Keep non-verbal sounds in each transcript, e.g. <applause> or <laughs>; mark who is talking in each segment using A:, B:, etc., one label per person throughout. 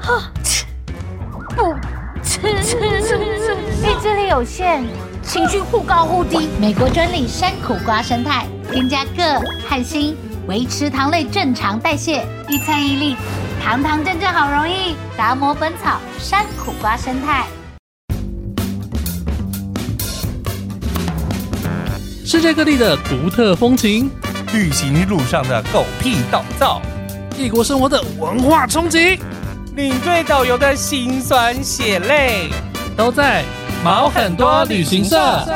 A: 哈，吃，不吃，
B: 意志力有限，
A: 情绪忽高忽低。
B: 美国专利山苦瓜生态，添加铬、汉锌，维持糖类正常代谢，一餐一粒，堂堂正正好容易。达摩本草山苦瓜生态。
C: 世界各地的独特风情，
D: 旅行路上的狗屁倒灶，
C: 异国生活的文化冲击，
D: 领队导游的辛酸血泪，
C: 都在毛很多旅行社。 <laughs>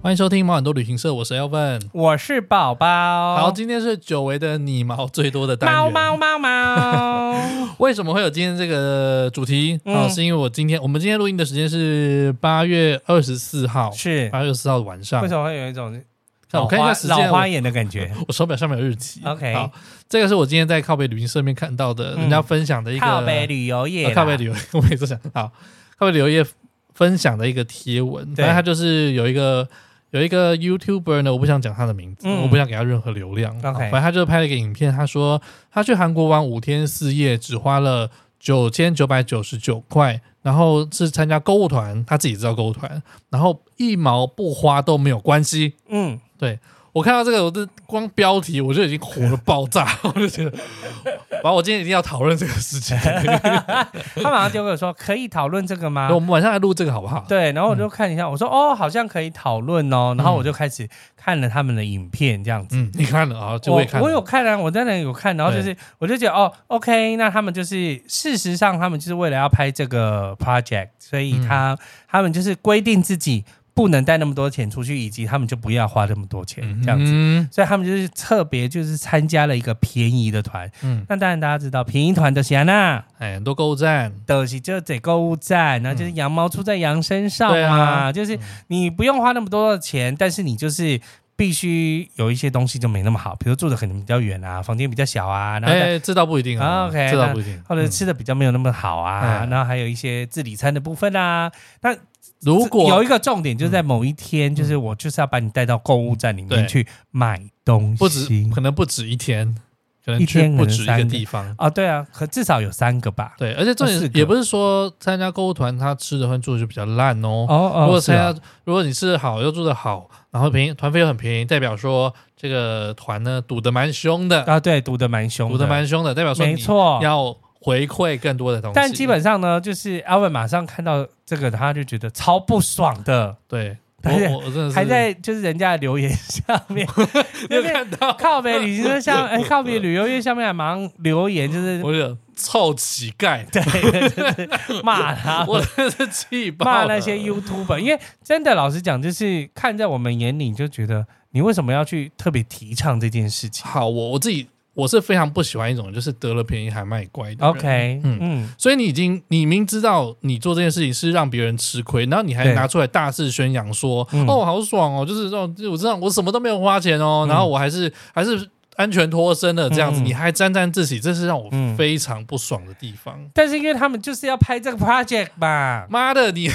C: 欢迎收听毛很多旅行社，我是 Elvin。
D: 我是宝宝。
C: 好，今天是久违的你毛最多的单
D: 猫
C: 元。
D: 猫
C: <laughs>
D: 猫猫。
C: 为什么会有今天这个主题？啊、
D: 嗯
C: 是因为我今天我们今天录音的时间是八月二十四号，
D: 是
C: 八月二十四号的晚上
D: 为。什么会有一种
C: 看
D: 老
C: 我看一
D: 花
C: 下时间，
D: 老花
C: 我
D: 眼的感觉？
C: 我手表上面有日期。
D: OK
C: 好，这个是我今天在靠北旅行社面看到的，
D: 嗯
C: 人家分享的一个
D: 靠北旅游业
C: 呃
D: 啦，
C: 靠北旅游， <laughs> 我也是想好靠北旅游业分享的一个贴文，反
D: 对
C: 正他就是有一个。有一个 YouTuber 呢，我不想讲他的名字，
D: 嗯
C: 我不想给他任何流量。
D: OK
C: 好反正他就拍了一个影片，他说他去韩国玩五天四夜，只花了九千九百九十九块，然后是参加购物团，他自己知道购物团，然后一毛不花都没有关系。
D: 嗯，
C: 我看到这个，我的光标题我就已经火了爆炸， <laughs> 我就觉得，反正我今天一定要讨论这个事
D: <laughs>
C: 情。
D: 他马上丢给我说，可以讨论这个吗
C: <laughs> 那？我们晚上来录这个好不好？
D: 对，然后我
C: 嗯
D: 就看一下，我说哦，好像可以讨论哦，然后我就开始看了他们的影片，这样子。
C: 嗯，你看了啊？就
D: 我
C: 也看了，
D: 我有看啊，我当然有看，然后就是我就觉得哦，OK，那他们就是事实上他们就是为了要拍这个 project，所以他、
C: 嗯
D: 他们就是规定自己不能带那么多钱出去，以及他们就不要花这么多
C: 嗯
D: 钱、这样子，
C: 子，
D: 所以他们就是特别就是参加了一个便宜的团。
C: 嗯，
D: 那当然大家知道便宜团的是安啊娜。
C: 哎，很多购物站，
D: 都是就在购物站，然后就是羊毛出在羊身上
C: 嗯对
D: 嘛，
C: 啊
D: 就是你不用花那么多的钱，但是你就是必须有一些东西就没那么好，比如住的可能比较远啊，房间比较小啊，然后再、
C: 哎，这倒不一定
D: 啊
C: 啊
D: ，OK，
C: 这倒不一定。
D: 或者吃的比较没有那么好啊，
C: 嗯
D: 然后还有一些自理餐的部分啊。那
C: 如
D: 这有
C: 果嗯
D: 一个重点就是在某一天，就是我就是要把你带到购物站里面
C: 对
D: 去买东西，
C: 不止，可能不止一天，可能
D: 一
C: 去
D: 天
C: 不
D: 可能
C: 止一
D: 三
C: 个
D: 个
C: 地方。
D: 啊，对啊，可至少有三个吧。
C: 对，而且重
D: 啊四
C: 点
D: 个
C: 也不是说参加购物团，他吃的和住的就比较烂哦。
D: 哦哦，
C: 如果
D: 是
C: 参
D: 啊
C: 加，如果你吃的好又住的好，然后便宜，团费又很便宜，代表说这个团呢赌的蛮凶的，
D: 啊，对，读的蛮凶，
C: 赌的蛮凶的，代表说
D: 没
C: 你
D: 错，
C: 要回馈更多的东西。
D: 但基本上呢，就是阿文马上看到这个，他就觉得超不爽的，
C: 对，我
D: 而且
C: 我我真的是
D: 还在就是人家的留言下
C: <laughs>
D: 面，
C: 你有
D: 就是
C: 看到，
D: 靠北旅行社
C: <laughs>
D: 下，哎，靠北旅游业下面还马上留言，就是
C: 我有臭乞丐，
D: <laughs> 对，就是骂他们，
C: 我真是气爆
D: 骂
C: 了
D: 那些 YouTuber，因为真的老实讲，就是看在我们眼里就觉得你为什么要去特别提倡这件事
C: <laughs>
D: 情
C: 好，我我自己我是非常不喜欢一种就是得了便宜还卖乖的人
D: ？OK，嗯
C: 嗯
D: 嗯，
C: 所以你已经你明知道你做这件事情是让别人吃亏，然后你还
D: 对
C: 拿出来大肆宣扬说
D: 嗯
C: 哦好爽哦，就是这种就是我知道我什么都没有花钱哦，
D: 嗯
C: 然后我还是还是安全脱身了这样子，
D: 嗯
C: 你还沾沾自喜，这是让我
D: 嗯
C: 非常不爽的地方。
D: 但是因为他们就是要拍这个 project 吧，
C: 妈的你！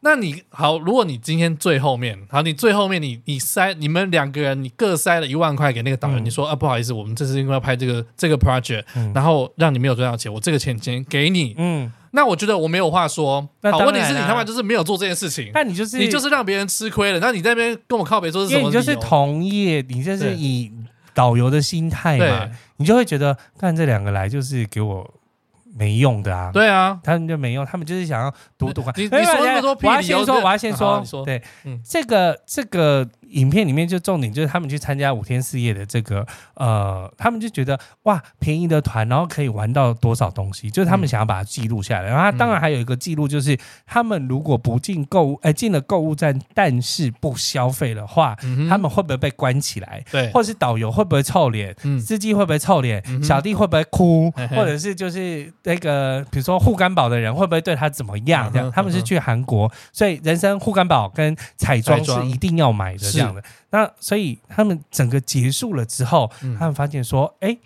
C: 那你好，如果你今天最后面，好，你最后面你你塞你们两个人，你各塞了一万块给那个导演，
D: 嗯
C: 你说啊不好意思，我们这次因为要拍这个这个 project，、
D: 嗯
C: 然后让你没有赚到钱，我这个钱先给你，
D: 嗯，
C: 那我觉得我没有话说。
D: 那
C: 好，
D: 当然
C: 问题是你
D: 啦
C: 他妈就是没有做这件事情，
D: 那你就是
C: 你就是让别人吃亏了，那你在那边跟我靠北说是什
D: 因为
C: 么
D: 你
C: 理由？
D: 就是同业，你就是
C: 对
D: 以导游的心态嘛
C: 对，
D: 你就会觉得，干这两个来就是给我没用的啊。
C: 对啊，
D: 他们就没用，他们就是想要赌赌看。
C: 你你
D: 没有
C: 说那么多屁
D: 我要
C: 理由
D: 先说，
C: 对
D: 我要先
C: 好
D: 说
C: 好你，说
D: 对，
C: 嗯
D: 这个这个影片里面就重点就是他们去参加五天四夜的这个呃，他们就觉得哇，便宜的团，然后可以玩到多少东西，就是他们
C: 嗯
D: 想要把它记录下来。然后他当然还有一个记录，就是他们如果不进购物，哎、进了购物站，但是不消费的话，
C: 嗯哼
D: 他们会不会被关起来？
C: 对，
D: 或是导游会不会臭脸？
C: 嗯
D: 司机会不会臭脸？
C: 嗯哼
D: 小弟会不会哭？
C: 嘿嘿
D: 或者是就是那个，比如说护肝宝的人会不会对他怎么样？
C: 嗯哼
D: 这样，他们是去韩国，所以人参护肝宝跟彩妆
C: 彩
D: 是
C: 妆
D: 一定要买的
C: 是
D: 这样的。那所以他们整个结束了之后，
C: 嗯
D: 他们发现说，哎、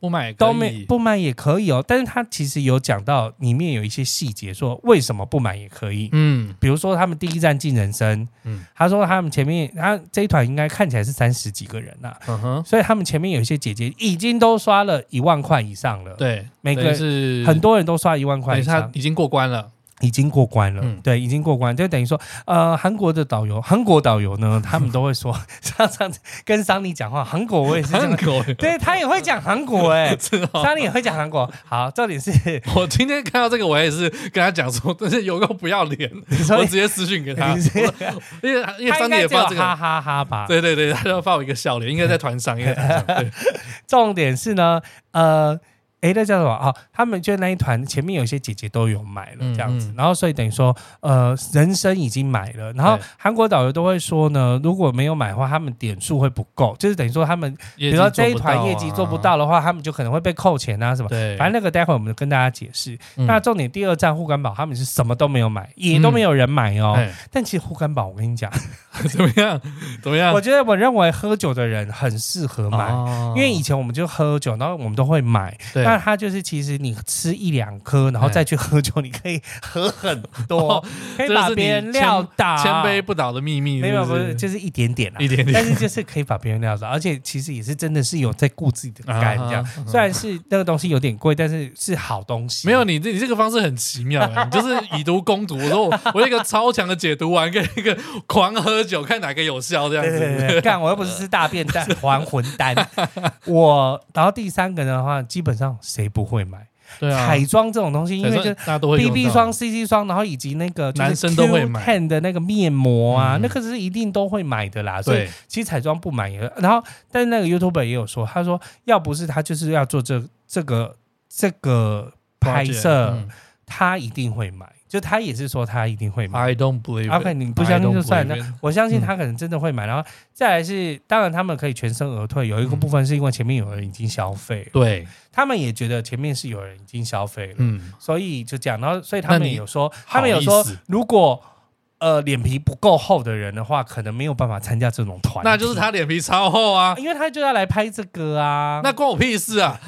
C: 不买也可以
D: 都没不买也可以哦。但是他其实有讲到里面有一些细节，说为什么不买也可以。
C: 嗯
D: 比如说他们第一站进人生，
C: 嗯
D: 他说他们前面他这一团应该看起来是三十几个人呐、啊
C: 嗯哼，
D: 所以他们前面有一些姐姐已经都刷了一万块以上了，，
C: 对，
D: 每个
C: 等于是
D: 很多人都刷一万块
C: 等
D: 以
C: 于是他
D: 上，
C: 已经过关了，
D: 已经过关了，
C: 嗯
D: 对，已经过关，就等于说，呃，韩国的导游，韩国导游
C: <laughs>
D: 呢，他们都会说，上上次跟桑尼讲话，韩国我也是这
C: 韩
D: 样，
C: 国
D: 对他也会讲韩国哎、
C: <laughs> 是哦。
D: 桑尼也会讲韩国，好，重点是
C: <laughs> 我今天看到这个，我也是跟他讲说，但是有个不要脸，
D: 说
C: 我直接私讯给他，
D: 你是
C: 我因为因为
D: 他
C: 张
D: 应
C: 姐也
D: 该只有
C: 发这
D: 哈
C: 个，
D: 哈哈吧，
C: 对对对，他就发我一个笑脸，应该在团上，应该在
D: <laughs>
C: 团上对
D: 重点是呢，呃，诶，那叫什么啊、哦？他们就那一团前面有一些姐姐都有买了
C: 嗯
D: 这样子，
C: 嗯
D: 然后所以等于说，呃，人参已经买了，然后
C: 对
D: 韩国导游都会说呢，如果没有买的话，他们点数会不够，就是等于说他们，比如说这一团业绩做不，到的话，他们就可能会被扣钱啊什么
C: 啊。对，
D: 反正那个待会我们跟大家解释。
C: 嗯
D: 那重点第二站护肝宝，他们是什么都没有买，也都没有人买哦。
C: 哎 <laughs>
D: 但其实护肝宝，我跟你讲，
C: 怎么样？怎么样？
D: 我觉得我认为喝酒的人很适合买，
C: 哦
D: 因为以前我们就喝酒，然后我们都会买。
C: 对
D: 那它就是其实你吃一两颗，然后再去喝酒，你可以喝很多
C: <laughs> 哦，这
D: 可以
C: 就是
D: 把
C: 你
D: 别人
C: 千
D: 撂倒，
C: 千杯不倒的秘密，
D: 没有不
C: 不
D: 是就是一点点啦
C: 一。点
D: 但
C: 点，
D: 是就是可以把别人撂倒，而且其实也是真的是有在顾自己的肝这样
C: 啊哈。
D: 虽然是那个东西有点贵，但是是好东西。
C: <laughs> 没有你这你这个方式很奇妙、
D: <laughs>
C: 欸，你就是以毒攻毒。我说我我有一个超强的解毒丸，跟一个狂喝酒，看哪个有效这样
D: 对
C: 子。
D: 对对对，干我又不是吃大便蛋还魂
C: <laughs>
D: 丹。我然后第三个的话，基本上谁不会买
C: 对啊，
D: 彩妆这种东西，因为就
C: 大家都会
D: B
C: 用
D: B
C: 到
D: 霜、C C 霜，然后以及那个
C: 男生都会买
D: t e n 的那个面膜啊，
C: 嗯
D: 那个是一定都会买的啦。所以
C: 对，
D: 其实彩妆不买也，然后但是那个 YouTuber 也有说，他说要不是他就是要做这这个这个拍摄，
C: 嗯
D: 他一定会买。就他也是说他一定会买。
C: I don't believe it。
D: OK，你不相信就算了
C: I don't believe it。
D: 我相信他可能真的会买，然后再来是，当然他们可以全身而退。有
C: 嗯
D: 一个部分是因为前面有人已经消费了，
C: 对，
D: 他们也觉得前面是有人已经消费了，
C: 嗯，
D: 所以就这样，然后所以他
C: 那
D: 们
C: 你
D: 有说，他们有
C: 好意
D: 说
C: 思，
D: 如果呃脸皮不够厚的人的话，可能没有办法参加这种团，
C: 那就是，他脸皮超厚啊，
D: 因为他就要来拍这个啊，
C: 那关我屁事 <laughs> 啊，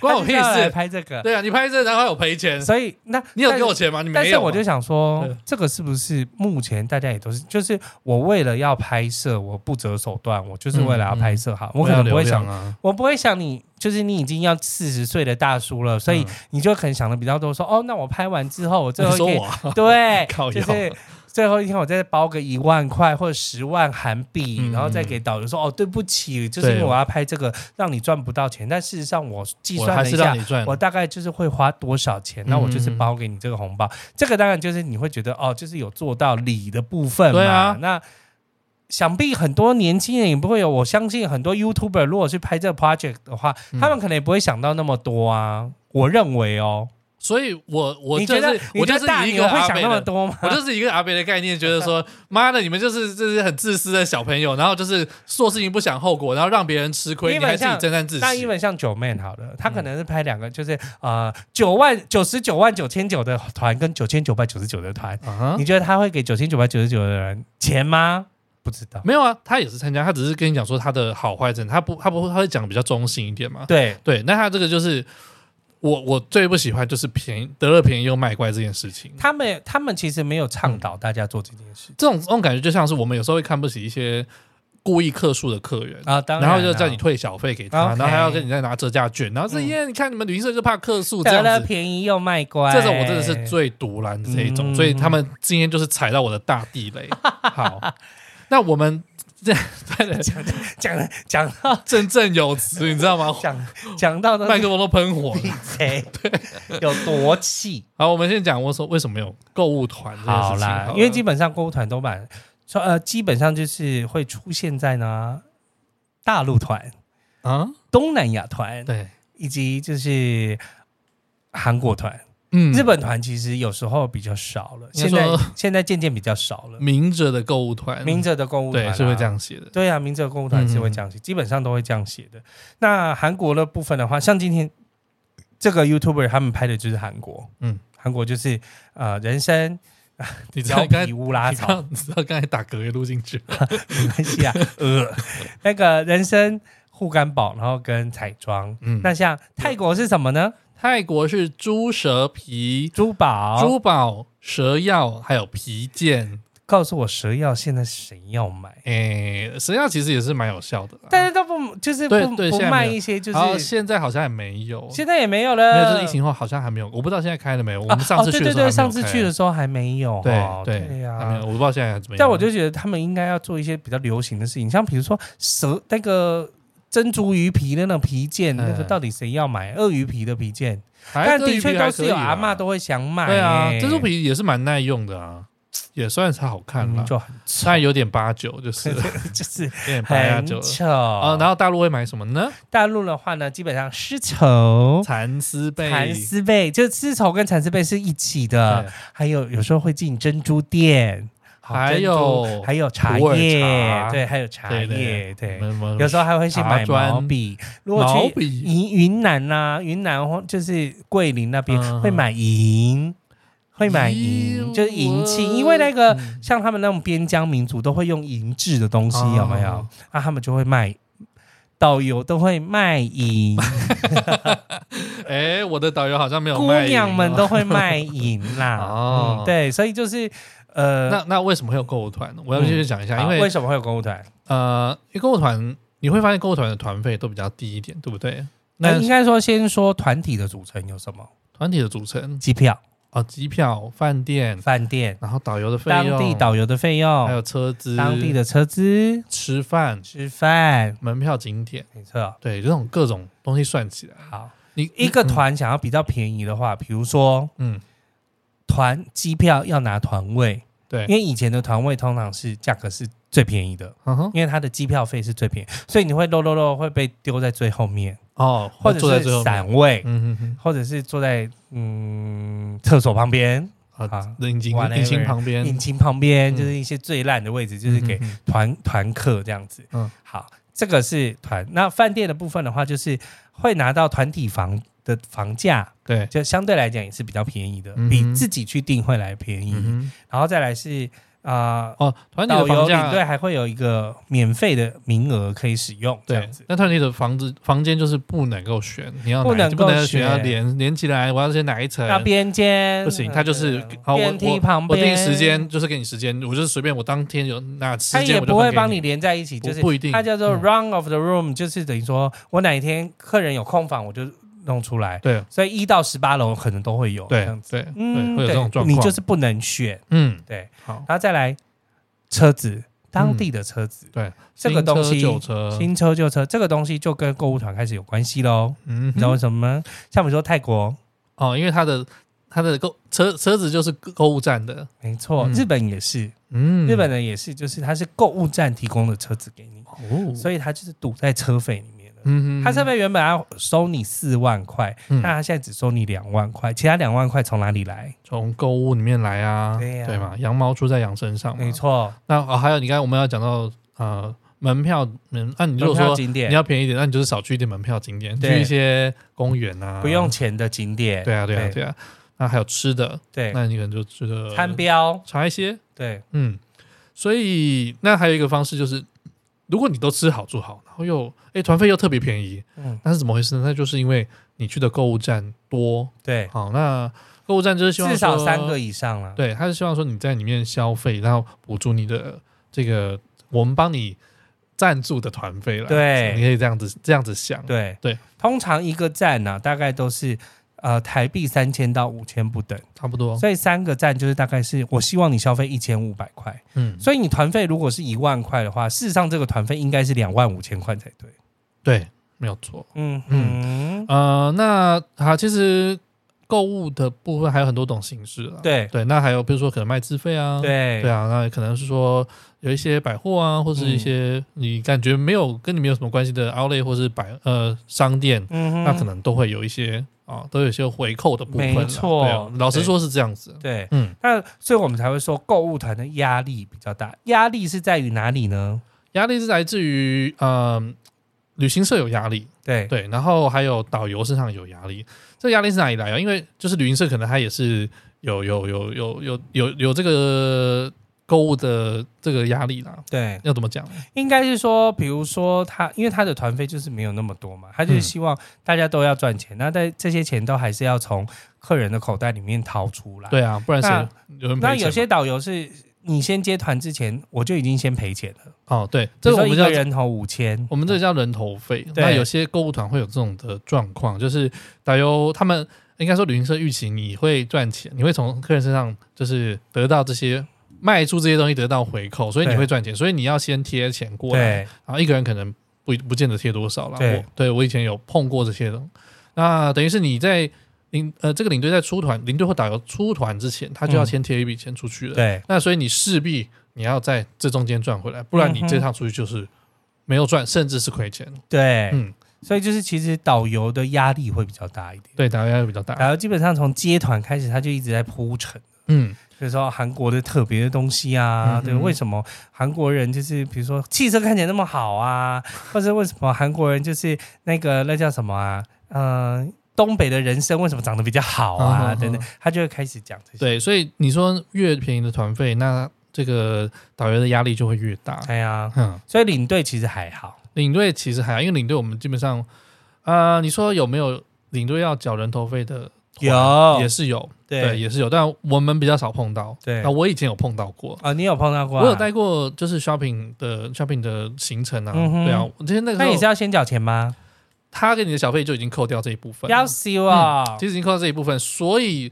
C: 关我
D: 他
C: 屁
D: 就要来
C: 事。
D: 拍这个，
C: 对啊，你拍这然后有赔钱，
D: 所以那
C: 你有
D: 但
C: 给我钱吗？你
D: 但
C: 没
D: 是
C: 有嘛。啊
D: 我就想说
C: 对，
D: 这个是不是目前大家也都是，就是我为了要拍摄，我不择手段，我就是为了要拍摄
C: 嗯
D: 好，我可能不会想，
C: 啊，
D: 我不会想你，就是你已经要四十岁的大叔了，所以
C: 嗯
D: 你就可能想的比较多，说哦，那我拍完之后，我最
C: 你
D: 后一
C: 说
D: 天
C: 我啊
D: 对
C: <laughs> 靠，
D: 就
C: 腰
D: 是最后一天我再包个一万块或者十万韩币，
C: 嗯
D: 然后再给导游说哦，对不起，就是因为
C: 对
D: 我要拍这个，让你赚不到钱。但事实上我计
C: 我
D: 算
C: 还
D: 了一
C: 是让
D: 下
C: 你。赚嗯
D: 我。大概就是会花多少钱，那我就是包给你这个红包。这个当然就是你会觉得哦，就是有做到礼的部分嘛。
C: 对啊
D: 那想必很多年轻人也不会有，我相信很多 YouTuber 如果去拍这个 project 的话，
C: 嗯
D: 他们可能也不会想到那么多啊。我认为哦，
C: 所以我我
D: 你
C: 就
D: 觉得
C: 是我就
D: 你觉
C: 是
D: 得大
C: 以一
D: 牛
C: 个
D: 会
C: 阿
D: 想
C: 北
D: 那么
C: 的
D: 多吗？
C: 我就是一个阿北的概念，觉得
D: <laughs>
C: 说，妈的，你们就是这些很自私的小朋友，然后就是做事情不想后果，然后让别人吃亏，
D: 因
C: 你
D: 为
C: 还自己
D: 像
C: 沾沾自
D: 那因
C: 喜。
D: 为像九妹好了，她可能是拍两个，就是呃九万九十九万九千九的团跟九千九百九十九的团，
C: 啊
D: 你觉得她会给九千九百九十九的人钱吗？不知道。
C: 没有啊，他也是参加，他只是跟你讲说他的好坏真的，他不他不会他会讲比较中性一点嘛。
D: 对，
C: 对，那他这个就是我我最不喜欢就是便宜得了便宜又卖乖这件事情。
D: 他们他们其实没有倡导大家做这件事
C: 这种这种感觉就像是我们有时候会看不起一些故意客诉的客人，
D: 啊，当
C: 然后就叫你退小费给他，
D: OK
C: 然后还要跟你再拿折价券，然后是
D: 嗯
C: 耶，你看你们旅行社就怕客诉这
D: 得
C: 样
D: 了
C: 子。
D: 便宜又卖乖，
C: 这种我真的是最独揽的这一种，
D: 嗯
C: 所以他们今天就是踩到我的大地
D: <laughs>
C: 雷。好，那我们这 <laughs>
D: 讲了讲到
C: 振振有词，你知道吗？
D: 讲讲
C: <laughs>
D: 到
C: 麦
D: 的
C: 克风都喷火了
D: 闭。 <laughs> 嘴，有多气。
C: 好，我们先讲我说为什么有购物团这件事
D: 好
C: 情
D: 啦
C: 了，
D: 因为基本上购物团都蛮，说呃，基本上就是会出现在呢大陆团、
C: 啊，
D: 东南亚团
C: 对，
D: 以及就是韩国团、
C: 嗯
D: 日本团，其实有时候比较少了，
C: 应该
D: 现在
C: 说
D: 现在渐渐比较少了。
C: 明着的购物团，
D: 明着的购物团、
C: 对是会这。样写的，
D: 对啊，明哲购物团是会这样写，基本上都会这样写的。那韩国的部分的话，像今天这个 YouTuber 他们拍的就是韩国，
C: 嗯，
D: 韩国就是呃人参、
C: 你知道
D: 貂
C: 刚才
D: 皮、。乌拉
C: 你知
D: 草
C: 道，你知道刚才打嗝也录进去了， <laughs>
D: 没关系啊，呃，那个人参、护肝宝，然后跟彩妆。
C: 嗯
D: 那像泰国是什么呢？
C: 泰国是猪舌皮、
D: 珠宝。
C: 珠宝、蛇药，还有皮件。
D: 告诉我蛇药现在谁要买？
C: 诶、蛇药其实也是蛮有效的啦，
D: 但是都不就是
C: 对
D: 不
C: 对
D: 不
C: 现在
D: 卖
C: 没有
D: 一些，就
C: 然后
D: 是
C: 现在好像也没有，
D: 现在也没有
C: 没
D: 了。
C: 有，就是疫情后好像还没有，我不知道现在开了没有。我们上次
D: 哦、
C: 去
D: 对
C: 的时候还没有开、
D: 对对，上次去的时候还没有哦。
C: 对对
D: 呀、
C: 还没有，我不知道现在怎么样。
D: 但我就觉得他们应该要做一些比较流行的事情，像比如说蛇那个珍珠鱼皮的那种皮件，
C: 嗯
D: 那个到底谁要买？鳄鱼皮的皮件，
C: 还哎
D: 但
C: 鳄鱼
D: 的
C: 皮还
D: 确都
C: 可
D: 是
C: 以
D: 有
C: 啦
D: 阿嬷都会想买、
C: 对啊，
D: 欸
C: 珍珠皮也是蛮耐用的啊，也算是好看
D: 明
C: 了
D: 明，嗯就很
C: 虽然有点八九，就是
D: <laughs>
C: 有 <laughs>
D: 就是
C: 点八加
D: 很
C: 九了。
D: 丑
C: 啊、
D: 啊
C: 然后大陆会买什么呢？
D: 大陆的话呢，基本上丝绸、
C: 蚕丝被，
D: 蚕丝被，就是丝绸跟蚕丝被是一起的
C: 对，
D: 还有有时候会进珍珠店，好
C: 还
D: 珍珠
C: 有
D: 还有茶
C: 普洱
D: 叶
C: 茶，
D: 对，还有茶
C: 对对
D: 叶，对
C: 什。么什么
D: 有时候还会去买
C: 茶砖
D: 毛笔，如果
C: 毛
D: 去
C: 笔
D: 云云南呐、云南或就是桂林那边、
C: 嗯
D: 会买银，会买
C: 咦
D: 银，就是银器，
C: 我
D: 因为那个、
C: 嗯
D: 像他们那种边疆民族都会用银制的东西，
C: 哦
D: 有没有？啊，他们就会卖。导游都会
C: <laughs>
D: 卖银，
C: 哎，我的导游好像没有
D: 姑
C: 卖淫
D: 娘们
C: 哦
D: 都会卖银啦。
C: <laughs> 哦
D: 嗯对，所以就是呃，
C: 那那为什么会有购物团？我要
D: 嗯
C: 继续讲一下，
D: 好
C: 因为
D: 为什么会有购物团？
C: 呃，因为购物团你会发现购物团的团费都比较低一点，对不对？
D: 那
C: 那
D: 呃应该说先说团体的组成有什么？
C: 团体的组成
D: 机票、
C: 哦，机票、饭店，
D: 饭店、
C: 然后导游的费
D: 当
C: 用，
D: 地导游的费用，
C: 还有车资，
D: 当地的车资、
C: 吃饭、
D: 吃饭，
C: 门票、景点，
D: 没错。
C: 对，这种各种东西算起来，
D: 好，
C: 你
D: 一个，团想要比较便宜的话，比如说
C: 嗯，嗯
D: 团机票要拿团位，
C: 对
D: 因为以前的团位通常是价格是最便宜的，
C: 嗯哼，
D: 因为它的机票费是最便宜，所以你会漏漏漏会被丢在最后面，
C: 哦，
D: 或
C: 坐在
D: 者
C: 最后
D: 是
C: 面，
D: 散位，
C: 嗯哼
D: 或者是坐在嗯厕所旁边、
C: 哼，啊
D: 啊，
C: 引擎
D: whatever
C: 引擎旁边，
D: 引擎旁边，
C: 嗯
D: 就是一些最烂的位置，就是给
C: 嗯哼哼
D: 团团客这样子。
C: 嗯
D: 嗯，好，这个是团。那饭店的部分的话，就是会拿到团体房的房价，
C: 对，
D: 就相对来讲也是比较便宜的，
C: 嗯哼
D: 比自己去订会来便宜。
C: 嗯
D: 然后再来是啊、
C: 哼，哦，团体的
D: 导
C: 房
D: 游领
C: 价
D: 队还会有一个免费的名额可以使用，这
C: 对
D: 样子，。
C: 那团体的房子房间就是不能够选，你要哪
D: 不能
C: 就不能
D: 够
C: 选，
D: 选
C: 要连连起来，我要先哪一层？
D: 那边间
C: 不行，他就是好
D: 呃
C: 我
D: 电梯
C: 我
D: 旁
C: 我
D: 边，
C: 定时间就是给你时间，我就是随便我当天有哪时
D: 他
C: 间我
D: 也
C: 就
D: 不会
C: 分给
D: 帮
C: 你
D: 你连在一起，
C: 不
D: 就是
C: 不一定
D: 它叫做
C: 嗯
D: round of the room，、就是等于说我哪一天客人有空房，我就弄出来。
C: 对
D: 所以一到十八楼可能都会有
C: 对
D: 哦这样子，
C: 对对，
D: 嗯，
C: 会有这种
D: 对
C: 状况。
D: 你就是不能选，
C: 嗯，
D: 对。
C: 好，
D: 然后再来车子，当地的车子，
C: 对，
D: 这个东
C: 新车
D: 西
C: 旧车，
D: 新车旧车，这个东西就跟购物团开始有关系喽。
C: 嗯
D: 你知道为什么吗？像比如说泰国，
C: 哦，因为它的它的购车车子就是购物站的，
D: 没错，
C: 嗯
D: 日本也是，
C: 嗯，
D: 日本人也是，就是它是购物站提供的车子给你，
C: 哦，
D: 所
C: 以
D: 以它就是堵在车费里面的。
C: 嗯哼，
D: 他车费原本要收你四万块，
C: 嗯
D: 但他现在只收你两万块，其他两万块从哪里来？
C: 从购物里面来啊，
D: 对呀
C: 嘛，羊毛出在羊身上，
D: 没。错，
C: 那哦，还有你刚才我们要讲到呃门票，嗯，那你如果
D: 门票
C: 说
D: 景点
C: 你要便宜一点，那你就是少去一点门票景点，
D: 对
C: 去一些公园啊，
D: 不用钱的景点，
C: 对啊，对啊，对啊。那还有吃的，
D: 对
C: 那你可能就吃的
D: 餐标，
C: 查一些，
D: 对，
C: 嗯。所以那还有一个方式就是，如果你都吃好住好，然后又哎团费又特别便宜，
D: 嗯，
C: 那是怎么回事呢？那就是因为你去的购物站多，
D: 对，
C: 好，那购物站就是希望
D: 至少
C: 说
D: 三个，以上了。
C: 对，他是希望说你在里面消费，然后补助你的这个我们帮你赞助的团费了，
D: 对
C: 你可以这样子这样子想，
D: 对
C: 嗯对，
D: 通常一个站呢、大概都是呃台币三千到五千不等，
C: 差不多，
D: 所以三个站就是大概是我希望你消费一千五百块，
C: 嗯，
D: 所以你团费如果是一万块的话，事实上这个团费应该是两万五千块才对。
C: 对，没有错。
D: 嗯
C: 嗯
D: 嗯，
C: 呃，那好，其实购物的部分还有很多种形式啊。
D: 对
C: 对，那还有比如说可能卖自费啊，
D: 对
C: 对啊，那可能是说有一些百货啊，或是一
D: 嗯
C: 些你感觉没有跟你没有什么关系的 Outlet 或是百呃商店，
D: 嗯哼
C: 那可能都会有一些啊，都有一些回扣的部分啊。
D: 没错
C: 对啊老实
D: 对
C: 说是这样子。
D: 对，
C: 嗯，
D: 那所以我们才会说购物团的压力比较大。压力是在于哪里呢？
C: 压力是来自于呃，旅行社有压力，
D: 对
C: 对，然后还有导游身上有压力，这压力是哪里来啊？因为就是旅行社可能他也是有有有有有有有这个购物的这个压力啦。
D: 对，
C: 要怎么讲呢？
D: 应该是说，比如说他，因为他的团费就是没有那么多嘛，他
C: 嗯
D: 就是希望大家都要赚钱，那在这些钱都还是要从客人的口袋里面掏出来。，
C: 对啊，不然谁有人赔
D: 那
C: 钱
D: 有
C: 嘛
D: 些导游是你先接团之前，我就已经先赔钱了，
C: 哦，对，这个我
D: 比
C: 们
D: 如说
C: 叫
D: 一个人头五千，
C: 我们这个叫人头费。
D: 对
C: 那有些购物团会有这种的状况，就是导游他们应该说旅行社预期你会赚钱，你会从客人身上就是得到这些卖出这些东西得到回扣，所以你
D: 对
C: 会赚钱，所以你要先贴钱过来，
D: 对
C: 然后一个人可能不不见得贴多少啦。
D: 对
C: 我对我以前有碰过这些的，那等于是你在领呃这个领队在出团，领队或导游出团之前，他就要
D: 嗯
C: 先贴一笔钱出去了。
D: 对
C: 那所以你势必你要在这中间赚回来，不然你
D: 嗯哼
C: 这趟出去就是没有赚，甚至是亏钱。
D: 对，
C: 嗯，
D: 所以就是其实导游的压力会比较大一点。
C: 对，打压力比较大。
D: 导游基本上从接团开始，他就一直在铺陈。
C: 嗯，
D: 比如说韩国的特别的东西啊，
C: 嗯
D: 对，为什么韩国人就是比如说汽车看起来那么好啊， <laughs> 或者为什么韩国人就是那个那叫什么啊，嗯、东北的人参为什么长得比较好
C: 嗯
D: 啊，
C: 嗯嗯
D: 等等，他就会开始讲这些。
C: 对，所以你说越便宜的团费，那这个导游的压力就会越大。
D: 哎呀，
C: 嗯，
D: 所以领队其实还好，
C: 领队其实还好，因为领队我们基本上，啊，你说有没有领队要缴人头费的团？
D: 有
C: 也是有，
D: 对
C: 对，也是有，但我们比较少碰到。
D: 对
C: 那我以前有碰到过，
D: 啊，你有碰到过、啊？
C: 我有，带过就是 shopping 的 shopping 的行程啊，
D: 嗯哼
C: 对啊，我之前那个
D: 那
C: 时
D: 也
C: 候
D: 是要先缴钱吗？
C: 他给你的小费就已经扣掉这一部分了，
D: 要修啊、
C: 嗯其实已经扣到这一部分，所以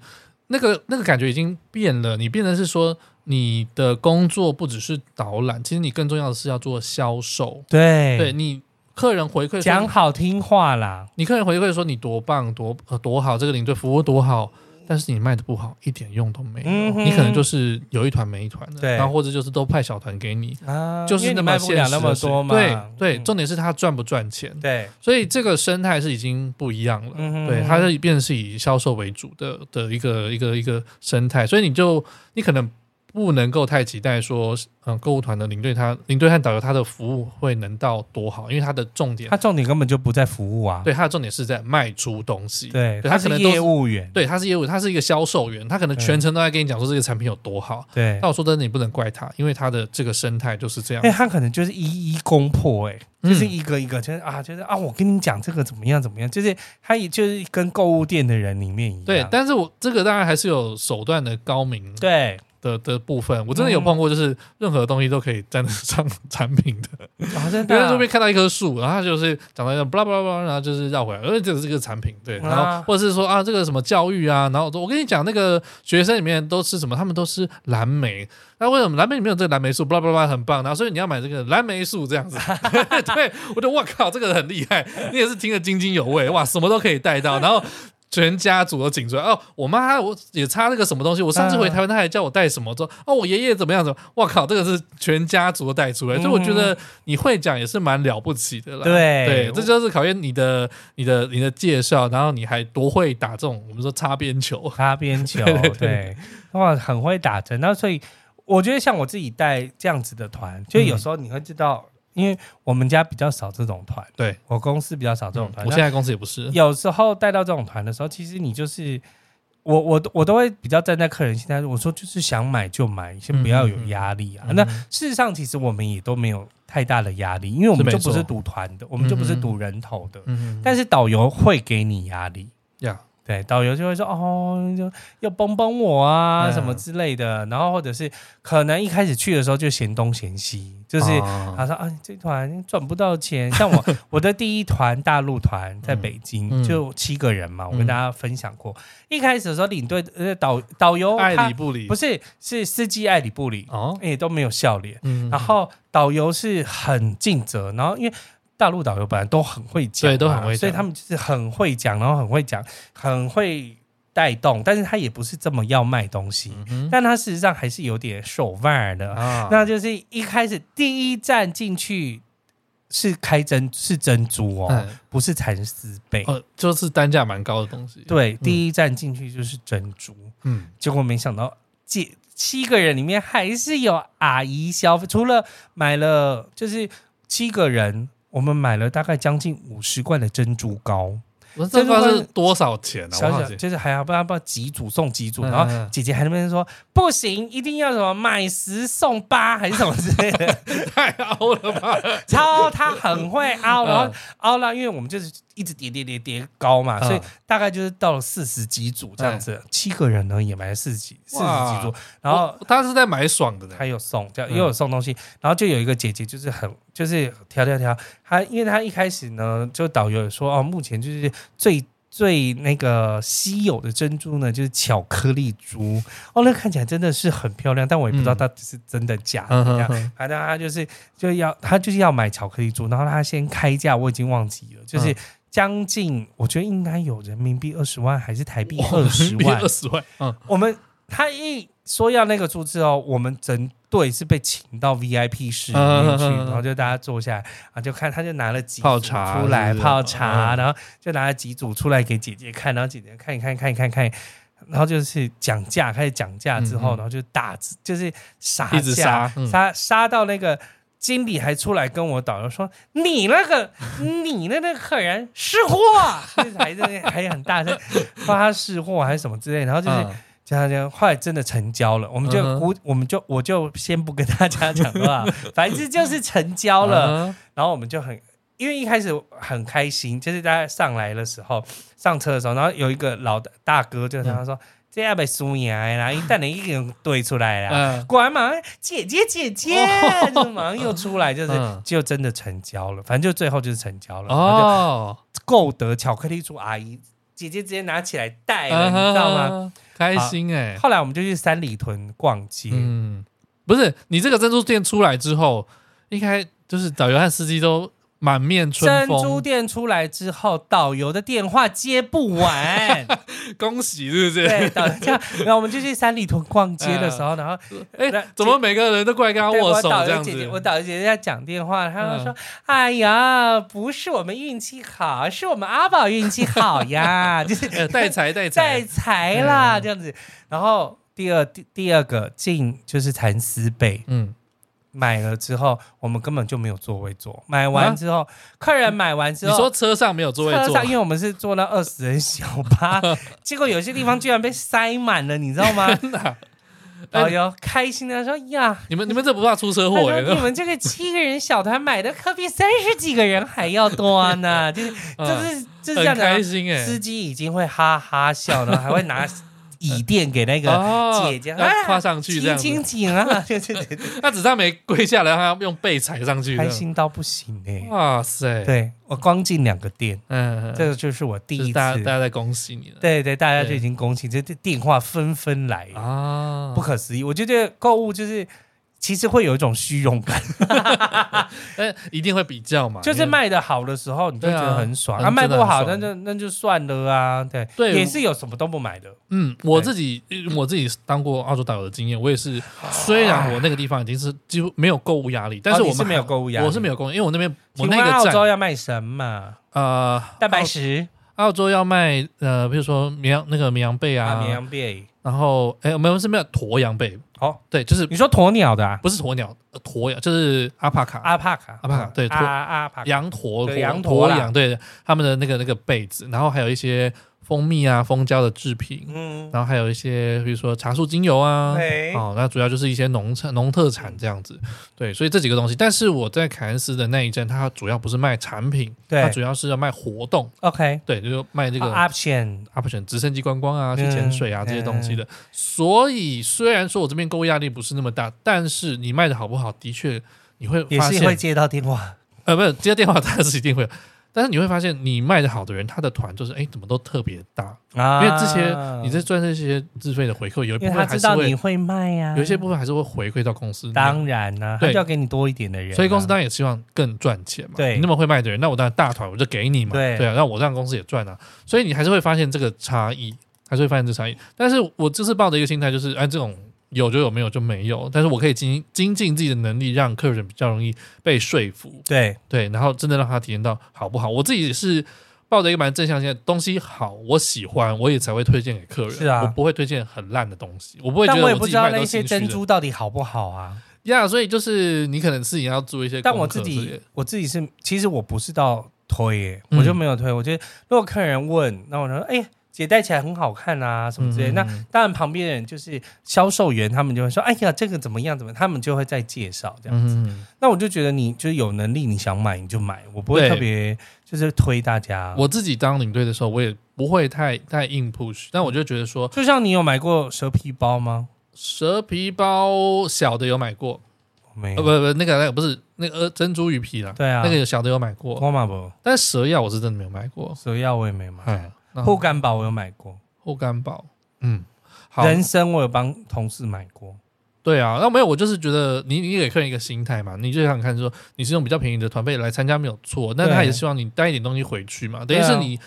C: 那个那个感觉已经变了。你变成是说，你的工作不只是导览，其实你更重要的是要做销售。
D: 对
C: 对你客人回馈
D: 讲
C: 说，
D: 好听话啦，
C: 你客人回馈说你多棒多呃多好，这个领队服务多好，但是你卖的不好，一点用都没有。
D: 嗯哼
C: 你可能就是有一团没一团的，
D: 对
C: 然后或者就是都派小团给你，
D: 啊，
C: 就
D: 因
C: 是
D: 为你
C: 那
D: 卖
C: 么
D: 不
C: 现
D: 了
C: 实
D: 那么
C: 的事
D: 多嘛，
C: 对对，
D: 嗯
C: 重点是他赚不赚钱。
D: 对，
C: 所以这个生态是已经不一样了，
D: 嗯哼
C: 对，它是变成是以销售为主的的一个一个一个生态，所以你就你可能不能够太期待说，嗯、购物团的领队他领队和导游他的服务会能到多好，因为他的重点
D: 他，重点根本就不在服务啊，
C: 对他的重点是在卖出东西，
D: 对，
C: 对
D: 他
C: 他
D: 是
C: 可能都
D: 业务员，
C: 对，他是业务，他是一个销售员，他可能
D: 对
C: 全程都在跟你讲说这个产品有多好，
D: 对
C: 但，我说真的，你不能怪他，因为他的这个生态就是这样
D: 哎，，他可能就是一一攻破，哎，就是
C: 嗯
D: 一个一个，就是啊，就是啊，我跟你讲这个怎么样怎么样，就是他也就是跟购物店的人里面一样，
C: 对，但是我这个当然还是有手段的高明，
D: 对，
C: 的的部分，我真的有碰过，就是任何东西都可以沾得上 <laughs> 产品哦的。
D: 啊，真
C: 比如
D: 的
C: 说
D: 啊
C: 这边看到一棵树，然后它就是讲到一个巴拉巴拉巴拉，然后就是绕回来，而这个是个产品，对，
D: 啊
C: 然后或者是说啊，这个什么教育啊，然后我说我跟你讲，那个学生里面都吃什么，他们都吃蓝莓，那为什么蓝莓里面有这个蓝莓素，巴拉巴拉巴拉很棒，然后所以你要买这个蓝莓素这样子，对我就哇靠，这个很厉害，你也是听得津津有味，哇，什么都可以带到，然后全家族都紧追哦，我妈她我也差那个什么东西，我上次回台湾她还叫我带什么，说哦我爷爷怎么样怎么样，哇靠，这个是全家族都带出来，所以我觉得你会讲也是蛮了不起的啦。
D: <laughs> 对
C: 对，这就是考验你的你的你的介绍，然后你还多会打这种我们说擦边球，
D: 擦边
C: <laughs>
D: 球，
C: 对对对
D: 对，哇，很会打针。那所以我觉得像我自己带这样子的团，就
C: 嗯
D: 有时候你会知道，因为我们家比较少这种团，
C: 对嗯
D: 我公司比较少这种团。
C: 我现
D: 那
C: 在公司也不是，
D: 有时候带到这种团的时候，其实你就是。我我我都会比较站在客人心态，我说就是想买就买，先不要有压力啊。
C: 嗯嗯嗯
D: 那事实上，其实我们也都没有太大的压力，因为我们
C: 是
D: 就
C: 没
D: 不
C: 错
D: 是赌团的，我们就不是
C: 嗯嗯
D: 赌人头的。
C: 嗯，
D: 但是导游会给你压力，
C: 呀，
D: 对，导游就会说哦，就要帮帮我啊，
C: 嗯
D: 什么之类的。然后或者是可能一开始去的时候就嫌东嫌西，就是
C: 啊
D: 他说啊，这团赚不到钱。
C: <laughs>
D: 像我我的第一团大陆团在北京、
C: 嗯
D: 就七个人嘛，我跟
C: 嗯
D: 大家分享过。一开始的时候，领队呃导导游
C: 爱
D: 他
C: 理不理
D: 不是是司机爱理不理，
C: 哦，
D: 也、都没有笑脸。
C: 嗯
D: 然后导游是很尽责，然后因为大陆导游本来都很会讲嘛，
C: 对都很会讲
D: 所以他们就是很会讲，然后很会讲，很会带动，但是他也不是这么要卖东西，
C: 嗯
D: 但他事实上还是有点手腕的。
C: 啊
D: 呃那就是一开始第一站进去是开珍是珍珠哦，
C: 嗯
D: 不是蚕丝被。
C: 呃，就是单价蛮高的东西，，
D: 对，第一站进去就是珍珠，
C: 嗯，
D: 结果没想到这七个人里面还是有阿姨消费，除了买了就是七个人，我们买了大概将近五十罐的珍珠膏，
C: 我这不知道是多少钱啊？
D: 小
C: 我好
D: 小
C: 奇
D: 就是还要不知道不知道几组送几组，
C: 嗯
D: 然
C: 嗯
D: 后姐姐还在那边说不行，一定要什么买十送八还是什么之类的，
C: 太凹了吧？ <laughs>
D: 超他很会凹，
C: 嗯
D: 然后凹到，因为我们就是一直叠叠叠叠高嘛，
C: 嗯
D: 所以大概就是到了四十几组这样子，七个人呢也买了四十几四十
C: 哇
D: 几组， <laughs> 然后
C: 我他是在买爽的呢，
D: 还有送，这样
C: 嗯
D: 也有送东西。然后就有一个姐姐，就是很就是调调调，她因为她一开始呢，就导游也说哦，目前就是最。最那个稀有的珍珠呢，就是巧克力珠哦，那看起来真的是很漂亮，但我也不知道
C: 嗯
D: 它是真的假的
C: 嗯
D: 这
C: 哼
D: 样。
C: 哼，
D: 反正他就是就要他就是要买巧克力珠，然后他先开价，我已经忘记了，就是
C: 嗯
D: 将近我觉得应该有人民币二十万还是台
C: 哦
D: 币二十
C: <laughs>
D: 万
C: 嗯二，十万，嗯，
D: <laughs> 我们他一说要那个注资哦，我们整队是被请到 VIP 室里面去，
C: 嗯嗯嗯嗯
D: 然后就大家坐下来啊，就看他就拿了几
C: 泡
D: 组
C: 茶
D: 出来
C: 是不是
D: 泡
C: 嗯
D: 茶，然后就拿了几组出来给姐姐看，然后姐姐看一看看一看看一看，然后就是讲价，开始讲价之
C: 嗯
D: 后，
C: 嗯
D: 然后就打字就是杀
C: 一直
D: 价
C: 杀，嗯
D: 杀杀到那个。经理还出来跟我导游说：“你那
C: <laughs>
D: 个，你那那个客人是货，就是还在那还很大声，说他是货还是什么之类。”然后就是
C: 嗯
D: 这样这样，后来真的成交了，我们就
C: 嗯哼
D: 估，我们就我就先不跟大家讲话，
C: <laughs>
D: 反正就是成交了。，
C: 嗯
D: 然后我们就很，因为一开始很开心，就是大家上来的时候，上车的时候，然后有一个老的大哥就跟他说：“
C: 嗯
D: 这要被输赢啦，一旦你一个人对出来啦。
C: 嗯哦
D: 果然马上姐姐姐姐，就马上又出来，就是、
C: 嗯
D: 就真的成交了，反正就最后就是成交了，然后就
C: 哦，
D: 购得巧克力猪阿姨姐姐直接拿起来带了，
C: 嗯
D: 哎你知道吗？
C: 哼？开心哎，
D: 后来我们就去三里屯逛街，
C: 嗯，不是，你这个珍珠店出来之后，应该就是导游和司机都满面春
D: 珍珠
C: 风，
D: 店出来之后，导游的电话接不
C: <laughs>
D: 完，
C: 恭喜是不是？
D: 对，导游这样，然后我们就去三里屯逛街的时候，然后那
C: 哎，怎么每个人都过来跟他嗯
D: 对
C: 握
D: 我
C: 手
D: 导
C: 这
D: 游
C: 样
D: 姐姐，
C: 子？
D: 我导游姐姐在讲电话，她就说
C: 嗯：“
D: 哎呀，不是我们运气好，是我们阿宝运气好
C: <laughs>
D: 呀，就是 <laughs>
C: 呃带财带
D: 带
C: 财，
D: 财啦，
C: 嗯
D: 这样子。”然后第二第第二个进就是蚕丝被，
C: 嗯，
D: 买了之后，我们根本就没有座位坐。买完之后，客人买完之
C: 啊你
D: 后，
C: 说车上没有座位
D: 车
C: 坐 <laughs>
D: 上，因，为我们是坐那二十人小巴，结果有些地方居然被塞满了，你知道
C: <laughs>
D: 吗？
C: 真的啊？
D: 导游开心的说：“呀，
C: 你们你们这不怕出车
D: 他
C: 祸哎
D: 说？你们这个七个人小团买的可比三十几个人还要多
C: <laughs>
D: 呢。”就是就是就是这
C: 啊很
D: 样的啊
C: 开。心哎，
D: 司机已经会哈哈笑了，还会拿椅垫给那个
C: 哦
D: 姐姐
C: 要
D: 啊
C: 跨上去这样子
D: 亲亲
C: <laughs>
D: 亲啊，对对对，
C: 他只差没跪下来，让他用背踩上去。
D: 开。心到不行哎。
C: 哇塞！，
D: 对我光进两个店，
C: 嗯，
D: 这
C: 个
D: 个就是我第一次。
C: 大家大家在恭喜你了。
D: 对对，大家就
C: 对
D: 已经恭喜，这这电话纷纷来，
C: 啊，
D: 不可思议。我觉得购物就是。其实会有一种虚
C: <laughs>
D: 荣感，
C: 但哎一定会比较嘛，
D: 就是
C: 因为
D: 卖的好的时候，你就
C: 对
D: 觉
C: 啊
D: 得很爽；
C: 嗯
D: 啊，卖
C: 真的
D: 不
C: 很
D: 好，那
C: 爽
D: 就那就算了啊。对，
C: 对
D: 也
C: 我
D: 是有什么都不买的。
C: 嗯，我
D: 对
C: 自己我自己当过澳洲导游的经验，我也是，虽然我那个地方已经是几乎没有购物压力，但是
D: 哦
C: 我
D: 你
C: 们
D: 是
C: 还
D: 没有购物压力
C: 我是没有购物，因为我那边我
D: 请
C: 那
D: 问
C: 个
D: 澳洲
C: 站
D: 要卖什么？
C: 呃，
D: 蛋白石
C: 澳澳洲要卖呃，比如说绵羊那个绵羊背
D: 啊，
C: 啊
D: 绵，羊贝。
C: 然后哎，我们是没有鸵羊背，
D: 哦，
C: 对，就是
D: 你说鸵鸟的啊
C: 不是鸵鸟，呃鸵羊就是阿帕卡
D: 阿帕卡，
C: 啊阿帕卡对
D: 阿阿帕卡，
C: 羊驼、
D: 对
C: 驼
D: 羊驼
C: 驼
D: 啦
C: 羊，对他们的那个那个被子，然后还有一些蜂蜜啊、蜂胶的制品，
D: 嗯，
C: 然后还有一些比如说茶树精油啊，
D: 对
C: 哦，那主要就是一些农产、农特产这样子，对，所以这几个东西。但是我在凯恩斯的那一站，它主要不是卖产品，
D: 对
C: 它主要是要卖活动，
D: ，OK，
C: 对，就是卖这
D: 这
C: 个
D: option，
C: option 直升机观光啊、去潜水啊
D: 嗯
C: 这些东西的。所以虽然说我这边购物压力不是那么大，但是你卖的好不好，的确你会
D: 也
C: 发
D: 是会
C: 现，
D: 接到电话，
C: 呃，不是接电话，但是一定会有。但是你会发现，你卖的好的人，他的团就是哎，怎么都特别大，因
D: 因
C: 为这些你在赚这些自费的回扣，有一部
D: 啊因为他
C: 分
D: 知
C: 还是
D: 道
C: 会
D: 你会卖啊呀、
C: 有一些部分还是会回馈到公司里面，
D: 当然啦、
C: 嗯
D: 他
C: 对
D: 就要给你多一点的人啊、
C: 所以公司当然也希望更赚钱嘛。
D: 对
C: 你那么会卖的人，那我当然大团我就给你嘛。
D: 对
C: 啊，那我让公司也赚啊。所以你还是会发现这个差异，还是会发现这差异。但是我这次抱的一个心态就是，哎，这种有就有，没有就没有。但是我可以精精进自己的能力，让客人比较容易被说服。
D: 对
C: 对，然后真的让他体验到好不好。我自己是抱着一个蛮正向性的，东西好，我喜欢，我也才会推荐给客人。
D: 是啊
C: 我不会推荐很烂的东西，我不会觉
D: 但
C: 得
D: 我也
C: 自
D: 不
C: 己
D: 知道
C: 卖的
D: 那
C: 都
D: 些
C: 是
D: 珍珠到底好不好啊。
C: 呀所以就是你可能自己要做一些功课
D: 但
C: 之类的，
D: 我自己，我自己是，其实我不是到推耶、
C: 嗯
D: 我就没有推。我觉得如果客人问，那我就说，哎、姐戴起来很好看啊，什么之类的。
C: 嗯
D: 那当然，旁边的人就是销售员，他们就会说：“哎呀，这个怎么样？怎么样？”他们就会再介绍这样。
C: 嗯，
D: 那我就觉得你就是有能力，你想买你就买，我不会
C: 对
D: 特别就是推大家。
C: 嗯我自己当领队的时候，我也不会太太硬 push，但我就觉得说
D: 就像你有买过蛇皮包吗？
C: 蛇皮包小的有买过，
D: 我没
C: 呃，不
D: 有，
C: 不，那个那个不是那个呃珍珠鱼皮啦，
D: 嗯对啊哦
C: 那个有小的有买过，
D: 我买不，
C: 但蛇药我是真的没有买过，
D: 蛇药我也没买，
C: 哎，然后
D: 护肝宝我有买过，
C: 护肝宝，嗯，好，
D: 人参我有帮同事买过。
C: 对啊，那没有，我就是觉得你你给客人一个心态嘛，你就想看说你是用比较便宜的团费来参加没有错，但
D: 对
C: 他也希望你带一点东西回去嘛，等于
D: 对啊
C: 是你。